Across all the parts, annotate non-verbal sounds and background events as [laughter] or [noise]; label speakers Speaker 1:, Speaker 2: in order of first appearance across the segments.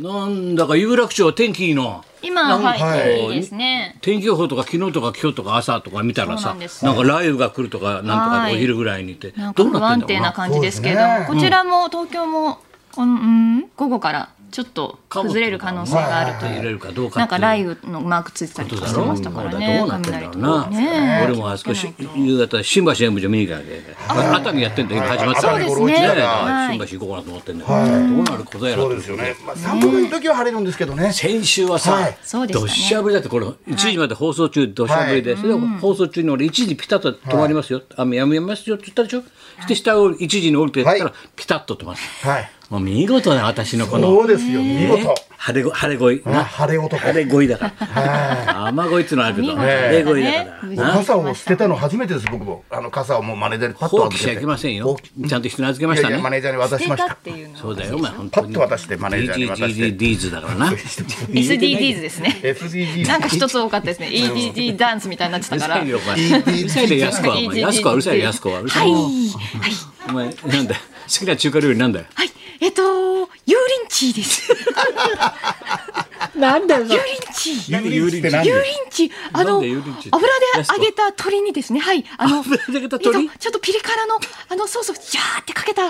Speaker 1: なんだか有楽町天気いいの
Speaker 2: 今
Speaker 1: なんか
Speaker 2: はいいいですね
Speaker 1: 天気予報とか昨日とか今日とか朝とか見たら
Speaker 2: そう
Speaker 1: さ
Speaker 2: なんです
Speaker 1: なんか雷雨が来るとかなんとか
Speaker 2: は
Speaker 1: っ
Speaker 2: い
Speaker 1: てお昼ぐらいにって
Speaker 2: なんか
Speaker 1: どう
Speaker 2: 不
Speaker 1: なってんだろ
Speaker 2: 安定
Speaker 1: う
Speaker 2: な
Speaker 1: な
Speaker 2: 感じですけれども、
Speaker 3: そうです
Speaker 2: こちらも東京も、こんうん、午後からちょっと崩れる可能性があるという
Speaker 1: 揺れるかどうか
Speaker 2: なん
Speaker 1: って
Speaker 2: か
Speaker 1: いう
Speaker 2: 雷雨のマークついてたり
Speaker 1: こ
Speaker 2: と
Speaker 1: と
Speaker 2: か
Speaker 1: だ
Speaker 2: して
Speaker 1: ろ
Speaker 2: ま
Speaker 1: う
Speaker 2: した
Speaker 1: だか
Speaker 2: からら
Speaker 1: ど
Speaker 2: ね
Speaker 1: うなってんだろ
Speaker 2: 雷と
Speaker 1: うな、
Speaker 2: かね
Speaker 1: 俺もあそこし夕方新橋演舞場見に行かなきゃいけない熱海やってんだよ始まってたから
Speaker 2: そうですね
Speaker 1: こっちだよ
Speaker 2: は
Speaker 1: 新
Speaker 2: い
Speaker 1: 橋行こうかなと思ってんだけどどうなることやら
Speaker 3: そうですよね。まあ、三分の時は晴れるんですけどね。
Speaker 1: 先週はさ、
Speaker 3: はい
Speaker 2: そうでした
Speaker 1: ど
Speaker 2: ね
Speaker 1: っしゃ降りだってこれ1時まで放送中どっしゃ降りで、それで放送中に俺1時ピタッと止まりますよ、雨やめますよって言ったでしょ、して下を1時に降りてったら、
Speaker 3: はい
Speaker 1: ピタッと止まる
Speaker 3: はい。
Speaker 1: もう見事な私のこの
Speaker 3: そうですよ。見事。
Speaker 1: 晴れご晴れ恋
Speaker 3: あ
Speaker 1: な
Speaker 3: 晴れ男
Speaker 1: 晴れ恋だから雨恋っつうのはあるけど
Speaker 2: 見事
Speaker 1: 晴
Speaker 2: だ
Speaker 1: れ
Speaker 2: ね
Speaker 1: 恋だから
Speaker 2: 無事
Speaker 1: な
Speaker 3: 傘を捨てたの初めてです。僕もあの傘をもうマネージャーにパッと
Speaker 1: 放
Speaker 3: 預
Speaker 1: 棄
Speaker 3: けて。
Speaker 1: しちゃいけません
Speaker 3: 放
Speaker 1: よ
Speaker 3: 棄
Speaker 1: ちゃんと人に預けま
Speaker 3: い
Speaker 1: し
Speaker 3: や
Speaker 1: た
Speaker 3: いやマ
Speaker 1: ね
Speaker 3: ネージャーに渡し
Speaker 2: 捨
Speaker 3: ま
Speaker 2: て
Speaker 3: したた
Speaker 2: っ。ていうの
Speaker 1: そうだよお前本
Speaker 3: パ
Speaker 1: 当
Speaker 3: ッ
Speaker 1: に
Speaker 3: と渡してマネージャーに渡して
Speaker 1: DGDDs だからな
Speaker 2: SDGs です
Speaker 1: [laughs]
Speaker 2: ね
Speaker 3: SDGs。
Speaker 2: なんか一つ多かったですね EDD ダンスみたいになって
Speaker 1: う
Speaker 2: た
Speaker 1: る
Speaker 2: か
Speaker 1: さ
Speaker 2: ら
Speaker 1: いよお前うるさいで安子はお前
Speaker 2: DDD
Speaker 1: 安子はうるさいよ安子はうるさいよお前なんだよ好きな中華料理なんだよ
Speaker 4: はい、えっと、油淋鶏です。
Speaker 1: なんだよ
Speaker 4: 油淋鶏。
Speaker 3: 油淋って何
Speaker 4: 油淋鶏、あ
Speaker 1: なん
Speaker 4: の、
Speaker 1: で油淋鶏って
Speaker 4: 油で
Speaker 1: 安子
Speaker 4: 揚げた鶏にですね、はい、あの、
Speaker 1: 油で揚げた鶏
Speaker 4: えっとちょっとピリ辛の、あのソースを、ジャーってかけた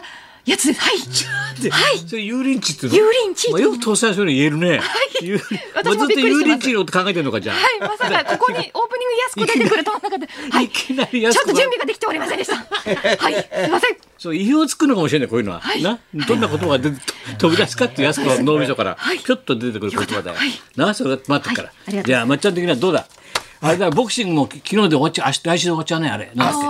Speaker 4: やつです。はい。はい。
Speaker 1: それ油淋鶏っていうの
Speaker 4: 油淋
Speaker 1: まあ
Speaker 4: 鶏
Speaker 1: よく倒産するに言えるね
Speaker 4: い
Speaker 1: 油
Speaker 4: 私もびっくりしてます
Speaker 1: ずっと油淋鶏のこと考えてんのかじゃあ
Speaker 4: はい、まさかここにオープニング安子出てくると思わなかった。はい。
Speaker 1: [laughs] いきなり
Speaker 4: ちょっ
Speaker 1: 安
Speaker 4: と
Speaker 1: 子が
Speaker 4: 準備ができておりません
Speaker 1: [laughs]
Speaker 4: でした。はい、すいません。
Speaker 1: そう意表をつくのかもしれないこういうのは、などんな言葉が出てと飛び出すかっていうやつの脳みそからぴょっと出てくる言葉だよ、なそれが待ってるから、
Speaker 4: はいありがとうございます
Speaker 1: じゃあまっちゃん的にはどうだあれだボクシングも昨日で終わっちゃう明日来週で終わっちゃうねあれなんだっけ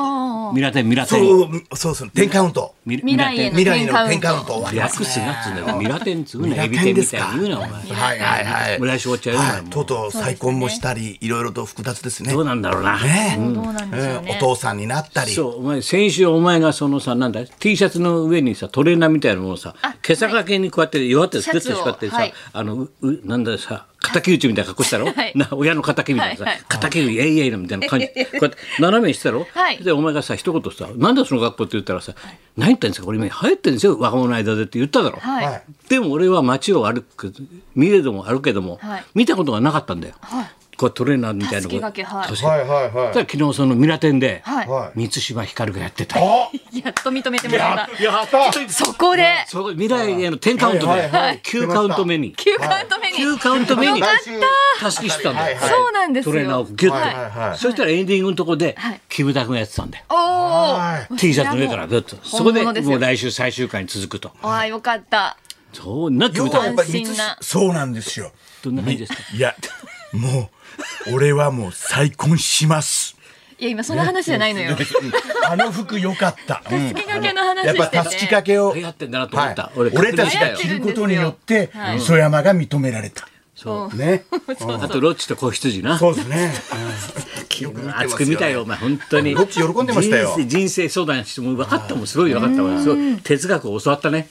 Speaker 1: ミラテンミラテン
Speaker 3: そう、そうですね。テンカウント。
Speaker 1: ミ
Speaker 2: 未来
Speaker 1: テ
Speaker 2: へ
Speaker 1: ン
Speaker 2: の
Speaker 3: 未来
Speaker 2: 10カ
Speaker 3: の
Speaker 2: ウ
Speaker 3: テン
Speaker 2: ン
Speaker 3: カウン
Speaker 2: ト
Speaker 3: ト終わりま
Speaker 1: 略
Speaker 3: すね。
Speaker 1: すなっつうんだよミラテンっつう
Speaker 3: ミ
Speaker 1: ね
Speaker 3: ラ
Speaker 1: エビ
Speaker 3: テ
Speaker 1: 天
Speaker 3: ンで
Speaker 1: み
Speaker 3: す
Speaker 1: た
Speaker 3: か
Speaker 1: いに言うなお前
Speaker 3: はいはいはい。
Speaker 1: もう来週終わっちゃうよお前
Speaker 3: はい
Speaker 1: もう
Speaker 3: とうとう再婚もしたり、いろいろと複雑ですね。
Speaker 1: どうなんだろうな、
Speaker 3: ね
Speaker 2: どうなんでしょう
Speaker 3: え
Speaker 2: ね
Speaker 3: お父さんになったり。
Speaker 1: そうお前先週お前がそのさなんだ T シャツの上にさトレーナーみたいなものをさ
Speaker 2: あ
Speaker 1: 今朝掛けにこうやって弱って
Speaker 2: シ
Speaker 1: 作
Speaker 2: ャ
Speaker 1: って
Speaker 2: ツ
Speaker 1: し
Speaker 2: を
Speaker 1: まってさ、
Speaker 2: はい
Speaker 1: あのううなんださ敵討ちみたいな格好したろ、
Speaker 2: はい
Speaker 1: な親の敵みたいなさ、
Speaker 2: はいはい
Speaker 1: 敵討ちえいえいのみたいな感
Speaker 2: [laughs]
Speaker 1: じこうやって斜めにしてたろ、
Speaker 2: はい
Speaker 1: でお前がさ一言さ「なんだその格好」って言ったらさ「何言ってんですかこれ今流行ってんですよ若者の間で」って言っただろ、
Speaker 2: はい、
Speaker 3: はい
Speaker 1: でも俺は街を歩く見れども歩くけども、
Speaker 2: はい
Speaker 1: 見たことがなかったんだよ、こうトレーナーみたいな
Speaker 2: たすき掛けはい
Speaker 1: たすき
Speaker 3: はいは
Speaker 1: そ
Speaker 3: いは
Speaker 1: したら昨日そのミラテンで、
Speaker 2: はい
Speaker 3: は
Speaker 1: 満島ひかるがやってた。
Speaker 3: あ
Speaker 2: やっと認めてもらえ
Speaker 3: やった
Speaker 2: たそこで
Speaker 1: そこ未来への10カウント
Speaker 3: はいは
Speaker 1: で
Speaker 3: いはい
Speaker 1: 9カウント目に
Speaker 2: 9カウント目に、
Speaker 1: 9カウント目に
Speaker 2: よかっ
Speaker 1: たすきしてたんだよ
Speaker 3: はい
Speaker 2: そうなんです
Speaker 1: ト
Speaker 2: よ
Speaker 1: レーナーをギュ
Speaker 3: はいはい
Speaker 1: ッ
Speaker 3: は
Speaker 1: と
Speaker 3: い
Speaker 1: そしたらエンディングのとこで
Speaker 2: はい
Speaker 1: キムタクがやってたんだよ
Speaker 2: おお
Speaker 3: はい
Speaker 1: T シャツの上からグッとそこで
Speaker 2: 本物ですよ
Speaker 1: もう来週最終回に続くと
Speaker 2: ああよかった
Speaker 1: そうなキ
Speaker 3: 要
Speaker 1: ムタ
Speaker 3: は
Speaker 1: ク
Speaker 3: やっぱり
Speaker 2: 安心な
Speaker 3: そうなんですよ。
Speaker 1: どんな感じですか
Speaker 3: いや、もう、俺はもう再婚します。
Speaker 2: いや今その話じゃないのよ
Speaker 3: あの服良かった。う
Speaker 2: た
Speaker 3: ん
Speaker 2: すき掛けの話
Speaker 3: やっ
Speaker 2: して
Speaker 3: ぱ
Speaker 2: て
Speaker 3: たすき掛けを、
Speaker 1: 流行ってんだなと思
Speaker 3: は
Speaker 1: った
Speaker 3: い、俺た
Speaker 1: 確認
Speaker 3: ち
Speaker 1: した
Speaker 3: が
Speaker 1: よ
Speaker 3: 着ることによって、磯山が認められた。
Speaker 2: そう
Speaker 3: ね。
Speaker 1: あとロッチと子羊な
Speaker 3: そうですね。
Speaker 2: [laughs]
Speaker 1: 記憶が熱く見たよお前本当に
Speaker 3: ロッチ喜んでましたよ
Speaker 1: 人生人生相談しても分かったもんすごい分かったわすごい哲学を教わったね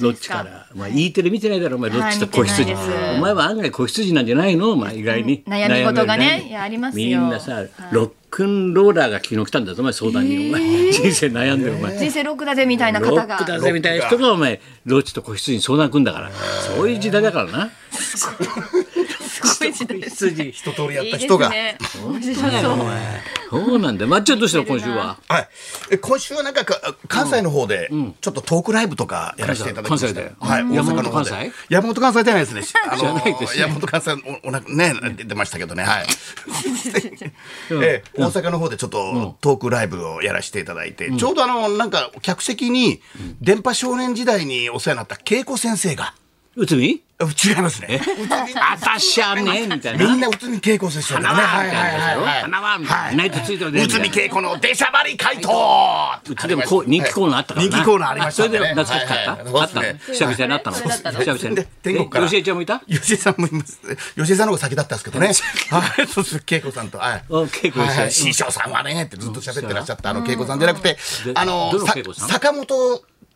Speaker 1: ロッチからまあ E テレ見てないだろお前ロッチと子羊
Speaker 2: はい見てないです
Speaker 1: お前は案外子羊なんじゃないのお前意外に
Speaker 2: うん悩み事がね
Speaker 1: 悩み
Speaker 2: いやありますよ
Speaker 1: みんなさロックンローラーが昨日来たんだぞお前相談にお前人生悩んでるお前
Speaker 2: 人生ロックだぜみたいな
Speaker 1: ロ
Speaker 2: 方
Speaker 1: ッ
Speaker 2: が [laughs]
Speaker 1: クだぜみたいな人がお前ロッチと子羊に相談来んだからそういう時代だからな
Speaker 2: すごい時代です
Speaker 1: 羊
Speaker 3: 一通りや
Speaker 2: い
Speaker 3: っ
Speaker 2: い
Speaker 3: た
Speaker 2: です
Speaker 3: 人が。
Speaker 2: ね面白そう
Speaker 1: そうなんだよまっちゃんどうしたの今週は
Speaker 3: はい、え今週はなんかか関西の方でちょっとトークライブとかやらせていただきまし
Speaker 1: 関西
Speaker 3: て、
Speaker 1: で
Speaker 3: はい、
Speaker 1: うん
Speaker 3: 大阪の方
Speaker 1: 山本関西
Speaker 3: で山本関西じゃないですねあ
Speaker 1: じゃ
Speaker 3: の
Speaker 1: ないですね
Speaker 3: 山本関西おおなね出てましたけどねはい、え大阪の方でちょっとトークライブをやらせていただいて、ちょうどあのなんか客席に電波少年時代にお世話になった恵子先生が
Speaker 1: 内海
Speaker 3: あ違いますね
Speaker 1: [laughs] あたしゃねみたいな。
Speaker 3: みんな内海恵子先生だね
Speaker 1: 花輪
Speaker 3: は
Speaker 1: み
Speaker 3: い
Speaker 1: た
Speaker 3: はいい
Speaker 1: なやつでしょ花輪みたいなナイト
Speaker 3: はいはい
Speaker 1: ツイートで
Speaker 3: 内海恵子の出しゃばり回答
Speaker 1: うちでもこう人気コーナーあったからな。
Speaker 3: 人気コーナーありました
Speaker 1: それ
Speaker 3: ね
Speaker 1: で懐かしかった。
Speaker 3: はいはい
Speaker 1: あったの
Speaker 3: そうで。すね
Speaker 1: 久々になったの。
Speaker 2: そうですね
Speaker 1: 久々に
Speaker 3: で。天国から
Speaker 1: え吉江ちゃんもいた？
Speaker 3: 吉江さんもいます。吉江さんの方が先だったんですけどね。はい、そうです。恵子さんと。はい。
Speaker 1: うん恵子さん
Speaker 3: はいは
Speaker 1: うん
Speaker 3: い師匠さんはねってずっと喋ってらっしゃったあの恵子さんじゃなくて、あの
Speaker 1: どの
Speaker 3: さ
Speaker 1: 恵子さん
Speaker 3: 坂本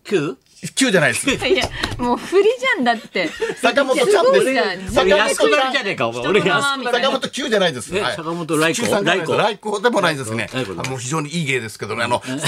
Speaker 1: 九？
Speaker 3: 九じゃないです。
Speaker 2: いやもう振りじゃんだって
Speaker 3: 坂本ちゃんです。
Speaker 2: そ
Speaker 1: 俺
Speaker 2: れ
Speaker 3: 坂
Speaker 1: 安
Speaker 3: 本
Speaker 1: く
Speaker 3: ち
Speaker 1: な
Speaker 3: ゃ
Speaker 1: る
Speaker 3: ん
Speaker 1: じゃねえかお前。俺安く
Speaker 2: みたい
Speaker 3: 坂
Speaker 2: な
Speaker 3: 本九じゃないです。
Speaker 1: え
Speaker 3: はい
Speaker 1: 坂本来光
Speaker 3: 九さんじゃない
Speaker 1: 来光
Speaker 3: 来光でもないですね
Speaker 1: 来光。
Speaker 3: もう非常にいい芸ですけどね、あの坂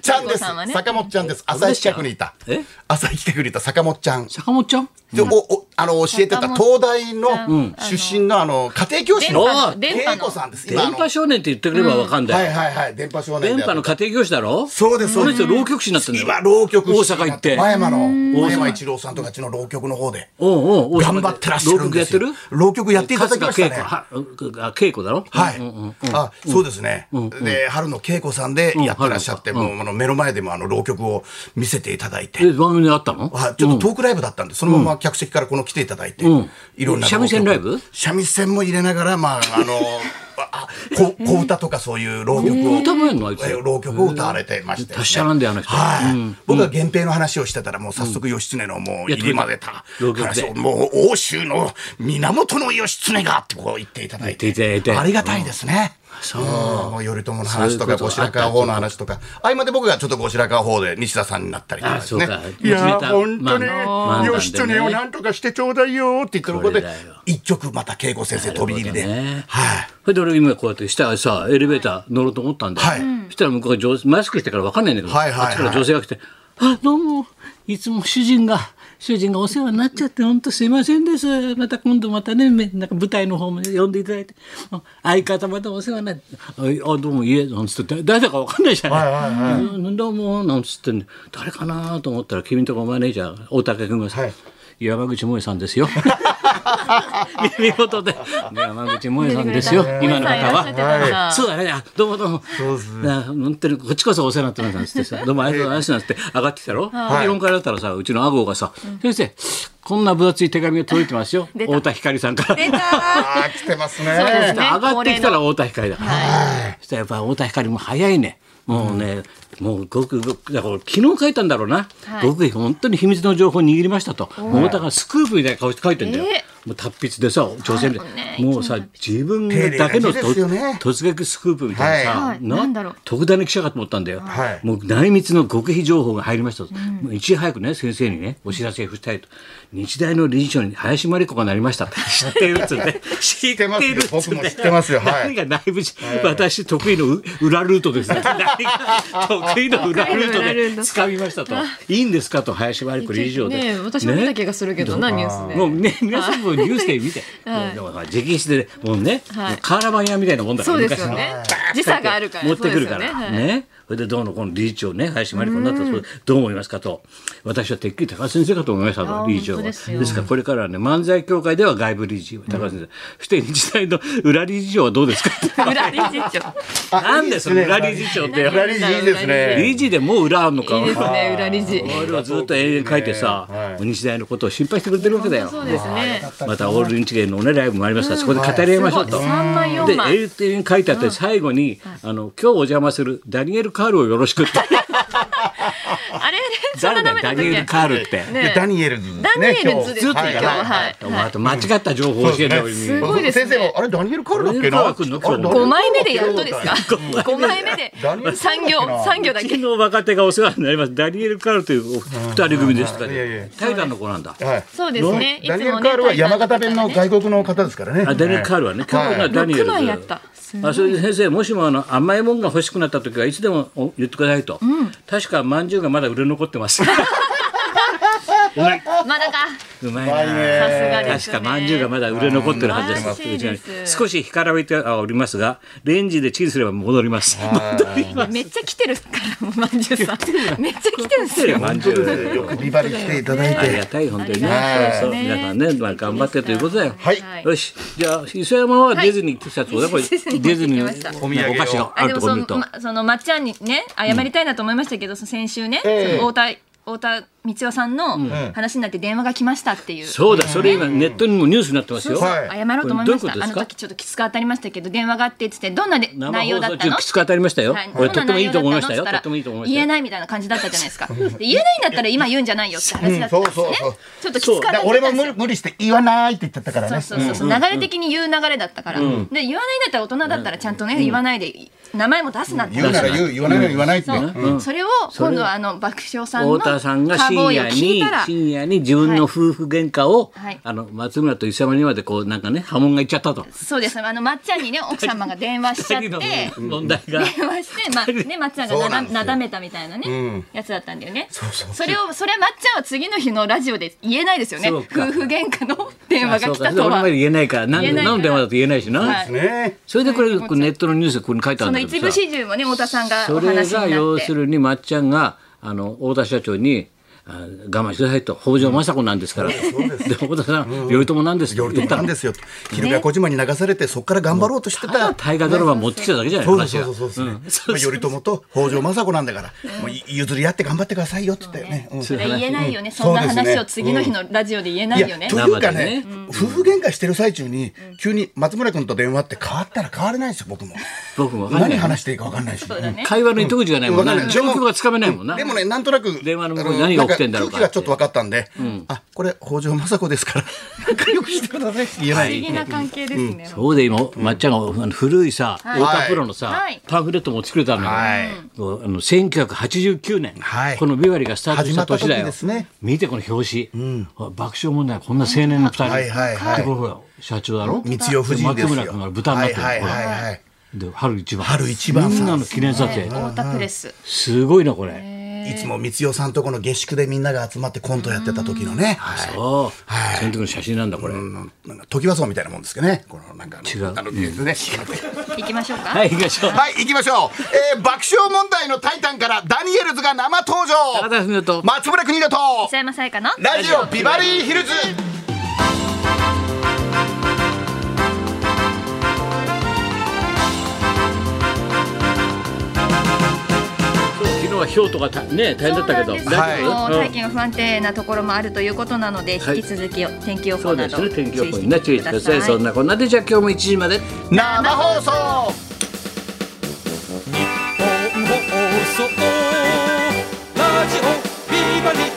Speaker 3: ちゃんです
Speaker 2: さんは。ね
Speaker 3: 坂本ちゃんです。浅井企画にいた
Speaker 1: え。
Speaker 3: 浅井企画にいた坂本ちゃん。
Speaker 1: 坂本ちゃん
Speaker 3: で、お、お、あの、教えてた
Speaker 2: 坂本
Speaker 3: 東大
Speaker 2: う
Speaker 3: の
Speaker 2: ん
Speaker 3: 出身の、あの、家庭教師の
Speaker 1: 電波、の
Speaker 2: 電波の
Speaker 3: 恵子さんです。今あ
Speaker 1: 電
Speaker 3: の
Speaker 1: 波少年って言ってくればわかんだよ、
Speaker 3: はいはいはい、電波少年
Speaker 1: 電
Speaker 3: で
Speaker 1: 波の家庭教師だろ
Speaker 3: そうです、そ
Speaker 1: この
Speaker 3: うです。
Speaker 1: 人浪曲師になってんだよ
Speaker 3: 今、浪曲
Speaker 1: 大
Speaker 3: 師
Speaker 1: 阪行って
Speaker 3: 前山の、前
Speaker 1: 大
Speaker 3: 山
Speaker 1: 阪
Speaker 3: 一郎さんとかあっちの浪曲の方で。
Speaker 1: おうおう大阪で
Speaker 3: 頑張ってらっしゃるんですよ
Speaker 1: 浪曲やってる
Speaker 3: 浪曲やっていただきましたね
Speaker 1: 春日恵子はあ恵子だろ
Speaker 3: はい
Speaker 1: うんうん。
Speaker 3: あ、そうですね。で、春野恵子さんでやってらっしゃって、もうあの目の前でもあの浪曲を見せていただいて。
Speaker 1: え番組であったの
Speaker 3: はい、ちょっとトークライブだったんで、そのまま客席からこの来ていただいて、
Speaker 1: うん
Speaker 3: いろんな
Speaker 1: 三味線ライブ
Speaker 3: 三味線も入れながら、まあ、あの、 [laughs] あこ小歌とかそういう浪曲を。
Speaker 1: 小歌もやんのあいつ
Speaker 3: え浪曲を歌われてまして、
Speaker 1: 達者なんだよあの人
Speaker 3: はい。僕は源平の話をしてたら、もう早速義経のもう入り混ぜた
Speaker 1: うん
Speaker 3: 話を、もう欧州の源義経がってこう言っていただい
Speaker 1: 言
Speaker 3: て、
Speaker 1: っていただいて
Speaker 3: ありがたいですね。
Speaker 1: そう
Speaker 3: うんもう頼朝の話
Speaker 1: そう
Speaker 3: と
Speaker 1: い
Speaker 3: か、
Speaker 1: うこと
Speaker 3: 後白河法皇の話とか、合間で僕がちょっと後白河法皇で西田さんになったりとか
Speaker 1: あ
Speaker 3: です
Speaker 1: そう
Speaker 3: ね
Speaker 1: か。
Speaker 3: いやー、
Speaker 1: 本
Speaker 3: 本
Speaker 1: 当
Speaker 3: 当
Speaker 1: に
Speaker 3: に、
Speaker 1: まあ
Speaker 3: 義経をなんとかしてちょうだいよって言ってることで
Speaker 1: これだよ、
Speaker 3: 一曲また恵子先生飛び入りで。
Speaker 1: なるほどね
Speaker 3: はい。
Speaker 1: それで俺今こうやって下さエレベーター乗ろうと思ったんだよ、
Speaker 3: はい
Speaker 1: そしたら向こうが女マスクしてから分かんないんだけど、
Speaker 3: はいはい
Speaker 1: あ
Speaker 3: はい
Speaker 1: っちから女性が来て「あどうもいつも主人が主人がお世話になっちゃって本当すいませんですまた今度またねめなんか舞台の方も呼んでいただいてあ相方またお世話になって「ああどうもいえ」なんつって誰だか分かんないじゃない「うんどうも」なんつってんで誰かなと思ったら君のとこマネージャー大竹君がさ、
Speaker 3: はい
Speaker 1: 山口萌さんですよ。 [laughs] 見事で、ね、山口萌さんですよ。今の方
Speaker 2: 萌えさんいらっしゃって
Speaker 1: は。
Speaker 2: たんだ
Speaker 1: そうだね、あどうもどうも。そうですね。本当にこっちこそお世話になってますなんつって
Speaker 2: [laughs]
Speaker 1: さ、どうもありがとうございますなんつって上がってきたろ。で4階だったらさ、うちの阿郷がさ、先生、こんな分厚い手紙が届いてますよ。
Speaker 2: 出た
Speaker 1: 太田光さんから。 [laughs]
Speaker 2: 出た
Speaker 3: あー、来てます
Speaker 2: そうです
Speaker 3: ね。
Speaker 2: ね
Speaker 1: 上がってきたら
Speaker 2: 恒
Speaker 1: 太田光だから。そしたらやっぱ太田光も早いね。もうね、もうごくごく、だから昨日書いたんだろうな。
Speaker 2: はい
Speaker 1: ごく本当に秘密の情報を握りましたと。太田がスクープみたいな顔して書いてんだよ
Speaker 2: え。
Speaker 1: もう達筆でさ、挑戦で
Speaker 2: はいね。
Speaker 1: もうさ、自分だけの
Speaker 3: 丁寧な字ですよね
Speaker 1: 突撃スクープみたいな
Speaker 2: は
Speaker 1: さ
Speaker 2: い、
Speaker 1: な
Speaker 2: なんだろう
Speaker 1: 特大の記者かと思ったんだよ
Speaker 3: はい。
Speaker 1: もう内密の極秘情報が入りましたと。もういち早くね、先生にね、お知らせしたいと。日大の理事長に林真理子がなりましたと。知ってるっつって。知って
Speaker 3: てますよ
Speaker 1: るっつって
Speaker 3: 僕も知ってますよはい
Speaker 1: 何が内部じ私得意のう裏ルート
Speaker 2: [laughs]
Speaker 1: ですね。何が得意の裏ルート
Speaker 2: 得意の裏ルー
Speaker 1: で
Speaker 2: ト
Speaker 1: 掴みましたと。いいんですかと林真理子理事長で。
Speaker 2: ねえ私も見た気がするけどなニュース
Speaker 1: もう
Speaker 2: で
Speaker 1: ね、皆さんもニュースで
Speaker 2: [laughs]
Speaker 1: 見て、もうだから直筆で、もうね、
Speaker 2: はい
Speaker 1: もう瓦版屋みたいなもんだか
Speaker 2: そ
Speaker 1: ら、
Speaker 2: うです
Speaker 1: 昔
Speaker 2: よ
Speaker 1: の。
Speaker 2: ね時差があるから
Speaker 1: 持ってくるか
Speaker 2: そうですよ
Speaker 1: ら
Speaker 2: ねはい
Speaker 1: ね。それでどうのこの理事長ね、林真理子になったらそれどう思いますかと。私はてっきり高橋先生かと思いました
Speaker 2: あ
Speaker 1: と、
Speaker 2: ー
Speaker 1: 理事長は。で
Speaker 2: 本当ですよ
Speaker 1: すからこれからはね、漫才協会では外部理事、高橋先生。そして日大の裏理事長はどうですかって。
Speaker 2: 裏理事長
Speaker 1: なんでその裏理事長って。
Speaker 3: 裏理事いいですね。
Speaker 1: 理事でもう裏あんのか。
Speaker 2: いいですね裏理事
Speaker 1: 俺はずっと永遠書いてさ、日大のことを心配してくれてるわけだよ。
Speaker 2: そうですね
Speaker 1: またオール日芸のねライブもありますから、そこで語り合いましょうと。
Speaker 2: 三万
Speaker 1: で、
Speaker 2: 四万
Speaker 1: エルテに書いてあって、最後に、あの、今日お邪魔するダニエル・カールをよろしくって。
Speaker 2: あれあれそん
Speaker 1: 誰
Speaker 2: な
Speaker 1: だ
Speaker 2: ダ
Speaker 1: よ
Speaker 2: メ
Speaker 1: ダニエ
Speaker 2: だったっ
Speaker 1: ル・
Speaker 2: け
Speaker 1: カールって。
Speaker 2: ね
Speaker 3: でダニエルズね。
Speaker 2: ダニエルズです
Speaker 1: ずっ
Speaker 2: よ
Speaker 1: と
Speaker 2: 今
Speaker 1: 言っ
Speaker 2: 日
Speaker 3: はい
Speaker 1: て
Speaker 3: はい
Speaker 2: はい
Speaker 1: お前あと間違った情報を教えてよ、
Speaker 2: すごいです
Speaker 3: 先
Speaker 2: ね
Speaker 3: 生も、あれ、ダニエル・カールだっけ
Speaker 1: ダニエルカール
Speaker 3: な
Speaker 1: は来んの来んの
Speaker 3: あれ
Speaker 2: 五枚目でやっとですか
Speaker 1: うん
Speaker 2: 五枚目で
Speaker 3: ダニエルさん
Speaker 2: 産
Speaker 3: だっけ
Speaker 2: 業
Speaker 3: な
Speaker 2: 産業だ
Speaker 1: 昨
Speaker 2: け
Speaker 1: 日若手がお世話になります。ダニエル・カールというお二人組ですとか
Speaker 3: いやいやいや
Speaker 1: で。タイタンの子なんだ。
Speaker 3: はい。
Speaker 2: そうですねいつ
Speaker 3: ダ
Speaker 2: も
Speaker 3: ニ
Speaker 2: ね
Speaker 3: エル・カールは山形弁の外国の方ですからね。
Speaker 1: あダニエル・カールはね、今日がダニエルズ
Speaker 2: 六枚やったすごい
Speaker 1: あそれで先生、もしもあの甘いもんが欲しくなった時はいつでもお言ってくださいと。確か饅頭がまだ売れ残って
Speaker 2: [laughs]
Speaker 1: ます。
Speaker 2: まだか
Speaker 1: うまい
Speaker 3: はい。
Speaker 1: な。
Speaker 2: さすがです
Speaker 1: 確
Speaker 2: ね
Speaker 1: か饅頭がまだ売れ残ってるはずで
Speaker 2: う
Speaker 1: す。
Speaker 2: ん素晴らしいです
Speaker 1: 少し干からびてはおりますが、レンジでチンすれば戻ります。戻ります。
Speaker 2: めっちゃ来てるからまんじゅうさんめっちゃ来てるんですよ
Speaker 1: 饅頭
Speaker 3: ねよくビバリ来ていただい
Speaker 1: あり
Speaker 3: て。
Speaker 1: がたい本当にね。
Speaker 2: はい
Speaker 1: そうそう皆さんね、まあ頑張ってということだよ。
Speaker 3: はい
Speaker 2: い
Speaker 1: よし、じゃあ磯山はディズニー行ってきたってことだこれ。
Speaker 2: はい
Speaker 1: ディズニー
Speaker 2: ディズニー行ってきました
Speaker 1: のなんかお菓子があ
Speaker 2: あ
Speaker 1: ると
Speaker 2: で
Speaker 1: ころ
Speaker 2: も
Speaker 1: 見
Speaker 2: そ
Speaker 1: る
Speaker 2: の
Speaker 1: と。
Speaker 2: まそのまっちゃんにね謝りたいなと思いましたけど、その先週ね、
Speaker 3: ええ
Speaker 2: その太田太田道夫さんの話になって電話が来ましたっていう。
Speaker 1: そうだ、それ今ネットにもニュースになってますよ。
Speaker 3: はい
Speaker 2: 謝ろうと思
Speaker 1: これ
Speaker 2: いま
Speaker 1: どういうこ
Speaker 2: した
Speaker 1: とで
Speaker 2: あ
Speaker 1: す
Speaker 2: の
Speaker 1: か
Speaker 2: 時ちょっときつく当たりましたけど電話があってって言ってどんなで
Speaker 1: 生
Speaker 2: 内容だ
Speaker 1: 放
Speaker 2: っ
Speaker 1: 送
Speaker 2: た
Speaker 1: 中
Speaker 2: の
Speaker 1: きつく当たりましたよ
Speaker 2: はい。
Speaker 1: これ
Speaker 2: どん
Speaker 1: と
Speaker 2: な
Speaker 1: ってもいいと思いました
Speaker 2: 内容
Speaker 1: よ。と
Speaker 2: だっ
Speaker 1: ってもいいと思いましたよ。
Speaker 2: 言えないみたいな感じだったじゃないですかで言えないんだったら今言うんじゃないよって話だったんですよ
Speaker 3: うんそう
Speaker 2: ね
Speaker 3: そうそう
Speaker 2: ちょっときつく当た
Speaker 3: だ
Speaker 2: っ
Speaker 3: 俺
Speaker 2: てた
Speaker 3: も
Speaker 2: んですよ
Speaker 3: 無理無理して言わないって言っちゃったから
Speaker 2: そう
Speaker 3: ね。
Speaker 2: そうそうそう流れ的に言う流れだったから、で言わないんだったら大人だったらちゃんとね、言わないで名前も出すなって
Speaker 3: 言うなら言う、言わないなら言わないって。
Speaker 2: そう、それを今度はあの爆笑さんの
Speaker 1: 太田さんが
Speaker 2: 看ボーイを聞
Speaker 1: 深
Speaker 2: いた
Speaker 1: 夜
Speaker 2: ら
Speaker 1: に深夜に自分の夫婦喧嘩を、
Speaker 2: はい
Speaker 1: あの松村と伊様にまでこうなんかね波紋がいっちゃったと。
Speaker 2: そうですあのまっちゃんにね奥様が電話
Speaker 1: [laughs]
Speaker 2: しちゃって
Speaker 1: 二人
Speaker 2: 電
Speaker 1: のね問題が。
Speaker 2: 話して、
Speaker 1: [laughs]
Speaker 2: まあね、まっちゃんが
Speaker 3: そう
Speaker 2: なだ
Speaker 3: なんですよ
Speaker 2: なだめたみたいなね、やつだったんだよね
Speaker 3: そうそう
Speaker 2: れをそれはまっちゃんは次の日のラジオで言えないですよね
Speaker 1: そう
Speaker 2: 夫
Speaker 1: か
Speaker 2: 婦喧嘩の電
Speaker 1: あ
Speaker 2: 話
Speaker 1: そ
Speaker 2: が
Speaker 1: う
Speaker 2: 来
Speaker 1: か
Speaker 2: た
Speaker 1: 俺
Speaker 2: とは
Speaker 1: まで言えないから何
Speaker 2: 言えない
Speaker 1: 何
Speaker 2: か
Speaker 1: の
Speaker 2: ら
Speaker 1: 電話だと言えないしな、
Speaker 2: はい
Speaker 3: ね
Speaker 1: それでこれこうネットのニュースでここに書いてあ
Speaker 2: そ
Speaker 1: るん
Speaker 2: の
Speaker 1: だけ
Speaker 2: 一
Speaker 1: ど
Speaker 2: 部
Speaker 1: さ
Speaker 2: 始終もね太田さんがお
Speaker 1: そ
Speaker 2: 話しにな
Speaker 1: れ
Speaker 2: って
Speaker 1: が要するにまっちゃんがあの太田社長にあ我慢しなさいと北条政子なんですから、で太田さん、頼朝なんですって
Speaker 3: 夜
Speaker 1: 言
Speaker 3: と
Speaker 1: った
Speaker 3: か
Speaker 1: の
Speaker 3: なんですよ昼が小島に流されてそこから頑張ろうとして
Speaker 1: ただ
Speaker 3: た
Speaker 1: 大河ドラマ持ってきただけじゃない
Speaker 3: そうで
Speaker 1: 話
Speaker 3: す
Speaker 1: が
Speaker 3: そうそうそうですねまあ頼朝と北条政子なんだからもう譲り合って頑張ってくださいよって言ったよねうん
Speaker 2: それ言えないよね、
Speaker 3: うん
Speaker 2: そんな
Speaker 3: そうです
Speaker 2: 話
Speaker 3: ね
Speaker 2: を次の日のラジオで言えないい
Speaker 3: や
Speaker 2: よね、
Speaker 3: というかね
Speaker 1: 生で
Speaker 3: 夫婦喧嘩してる最中に、急に松村君と電話って変わったら変われないんですよ僕も
Speaker 1: 僕も分かん
Speaker 3: 何
Speaker 1: ない
Speaker 3: 話していいか分かんないし、
Speaker 2: そうだね
Speaker 1: 会話の糸口がないも
Speaker 3: わ
Speaker 1: ん
Speaker 3: か
Speaker 1: な、
Speaker 3: んない
Speaker 1: 状況がつかめないもんな
Speaker 3: でもねなんとなく
Speaker 1: 電話の向こう
Speaker 3: あ
Speaker 1: に何が起きてんだろうか
Speaker 3: な空気がちょっと分かったんで、あこれ北条政子ですから [laughs] 仲良くしてくださいって言えな
Speaker 2: 不思
Speaker 3: い、
Speaker 2: 議な関係ですね、
Speaker 1: そうで今、まっちゃんがあの古いさ、
Speaker 2: い
Speaker 1: 太田プロのさ、
Speaker 2: はい
Speaker 1: パンフレット持ってくれたのよ、
Speaker 3: はい
Speaker 1: もうあの1989年、
Speaker 3: はい
Speaker 1: このビワリがスタートした年だ
Speaker 3: 始まった時
Speaker 1: よ。
Speaker 3: ですね
Speaker 1: 見てこの表紙、爆笑問題こんな青年の二人、
Speaker 3: はいはいはい
Speaker 1: でこれほら社長だろ、
Speaker 3: 道夫人で
Speaker 1: 松
Speaker 3: すよ
Speaker 1: 村君が豚になってる、
Speaker 3: はいはいはいはい
Speaker 1: ほらで春一番、
Speaker 3: 春一番さん
Speaker 1: みんなの記念撮影、
Speaker 2: 太田プレス、
Speaker 1: すごいなこれ。
Speaker 3: いつも光代さんとこの下宿でみんなが集まってコントやってた時のね、はい
Speaker 1: おー
Speaker 3: はい
Speaker 1: その時の写真なんだこれ。
Speaker 3: うんなんか時はそうみたいなもんですけどねこのなんかあの
Speaker 1: 違う
Speaker 3: あのねね
Speaker 2: 行きましょうか、
Speaker 1: はい行きましょう。
Speaker 3: はい、行きましょう。えー爆笑問題のタイタンからダニエルズが生登
Speaker 1: 高田
Speaker 3: 場。
Speaker 1: 文夫と
Speaker 3: 松村邦洋と
Speaker 2: 磯山さやかの
Speaker 3: ラジオビバリーヒルズ。
Speaker 1: 昨日は氷とかたね大変だったけど、
Speaker 2: そう
Speaker 1: 大
Speaker 2: なん
Speaker 1: 丈夫う
Speaker 2: ですよもう
Speaker 1: ん
Speaker 2: 大気が不安定なところもあるということなので、
Speaker 1: はい
Speaker 2: 引き続き天気予
Speaker 1: そ
Speaker 2: 報
Speaker 1: う
Speaker 2: な
Speaker 1: で
Speaker 2: ど
Speaker 1: すね天気予報にね注意してくださいそん
Speaker 2: な
Speaker 1: なこんなでじゃあ今日も1時まで
Speaker 3: 生放送。
Speaker 5: 日本放送ラジオビバリー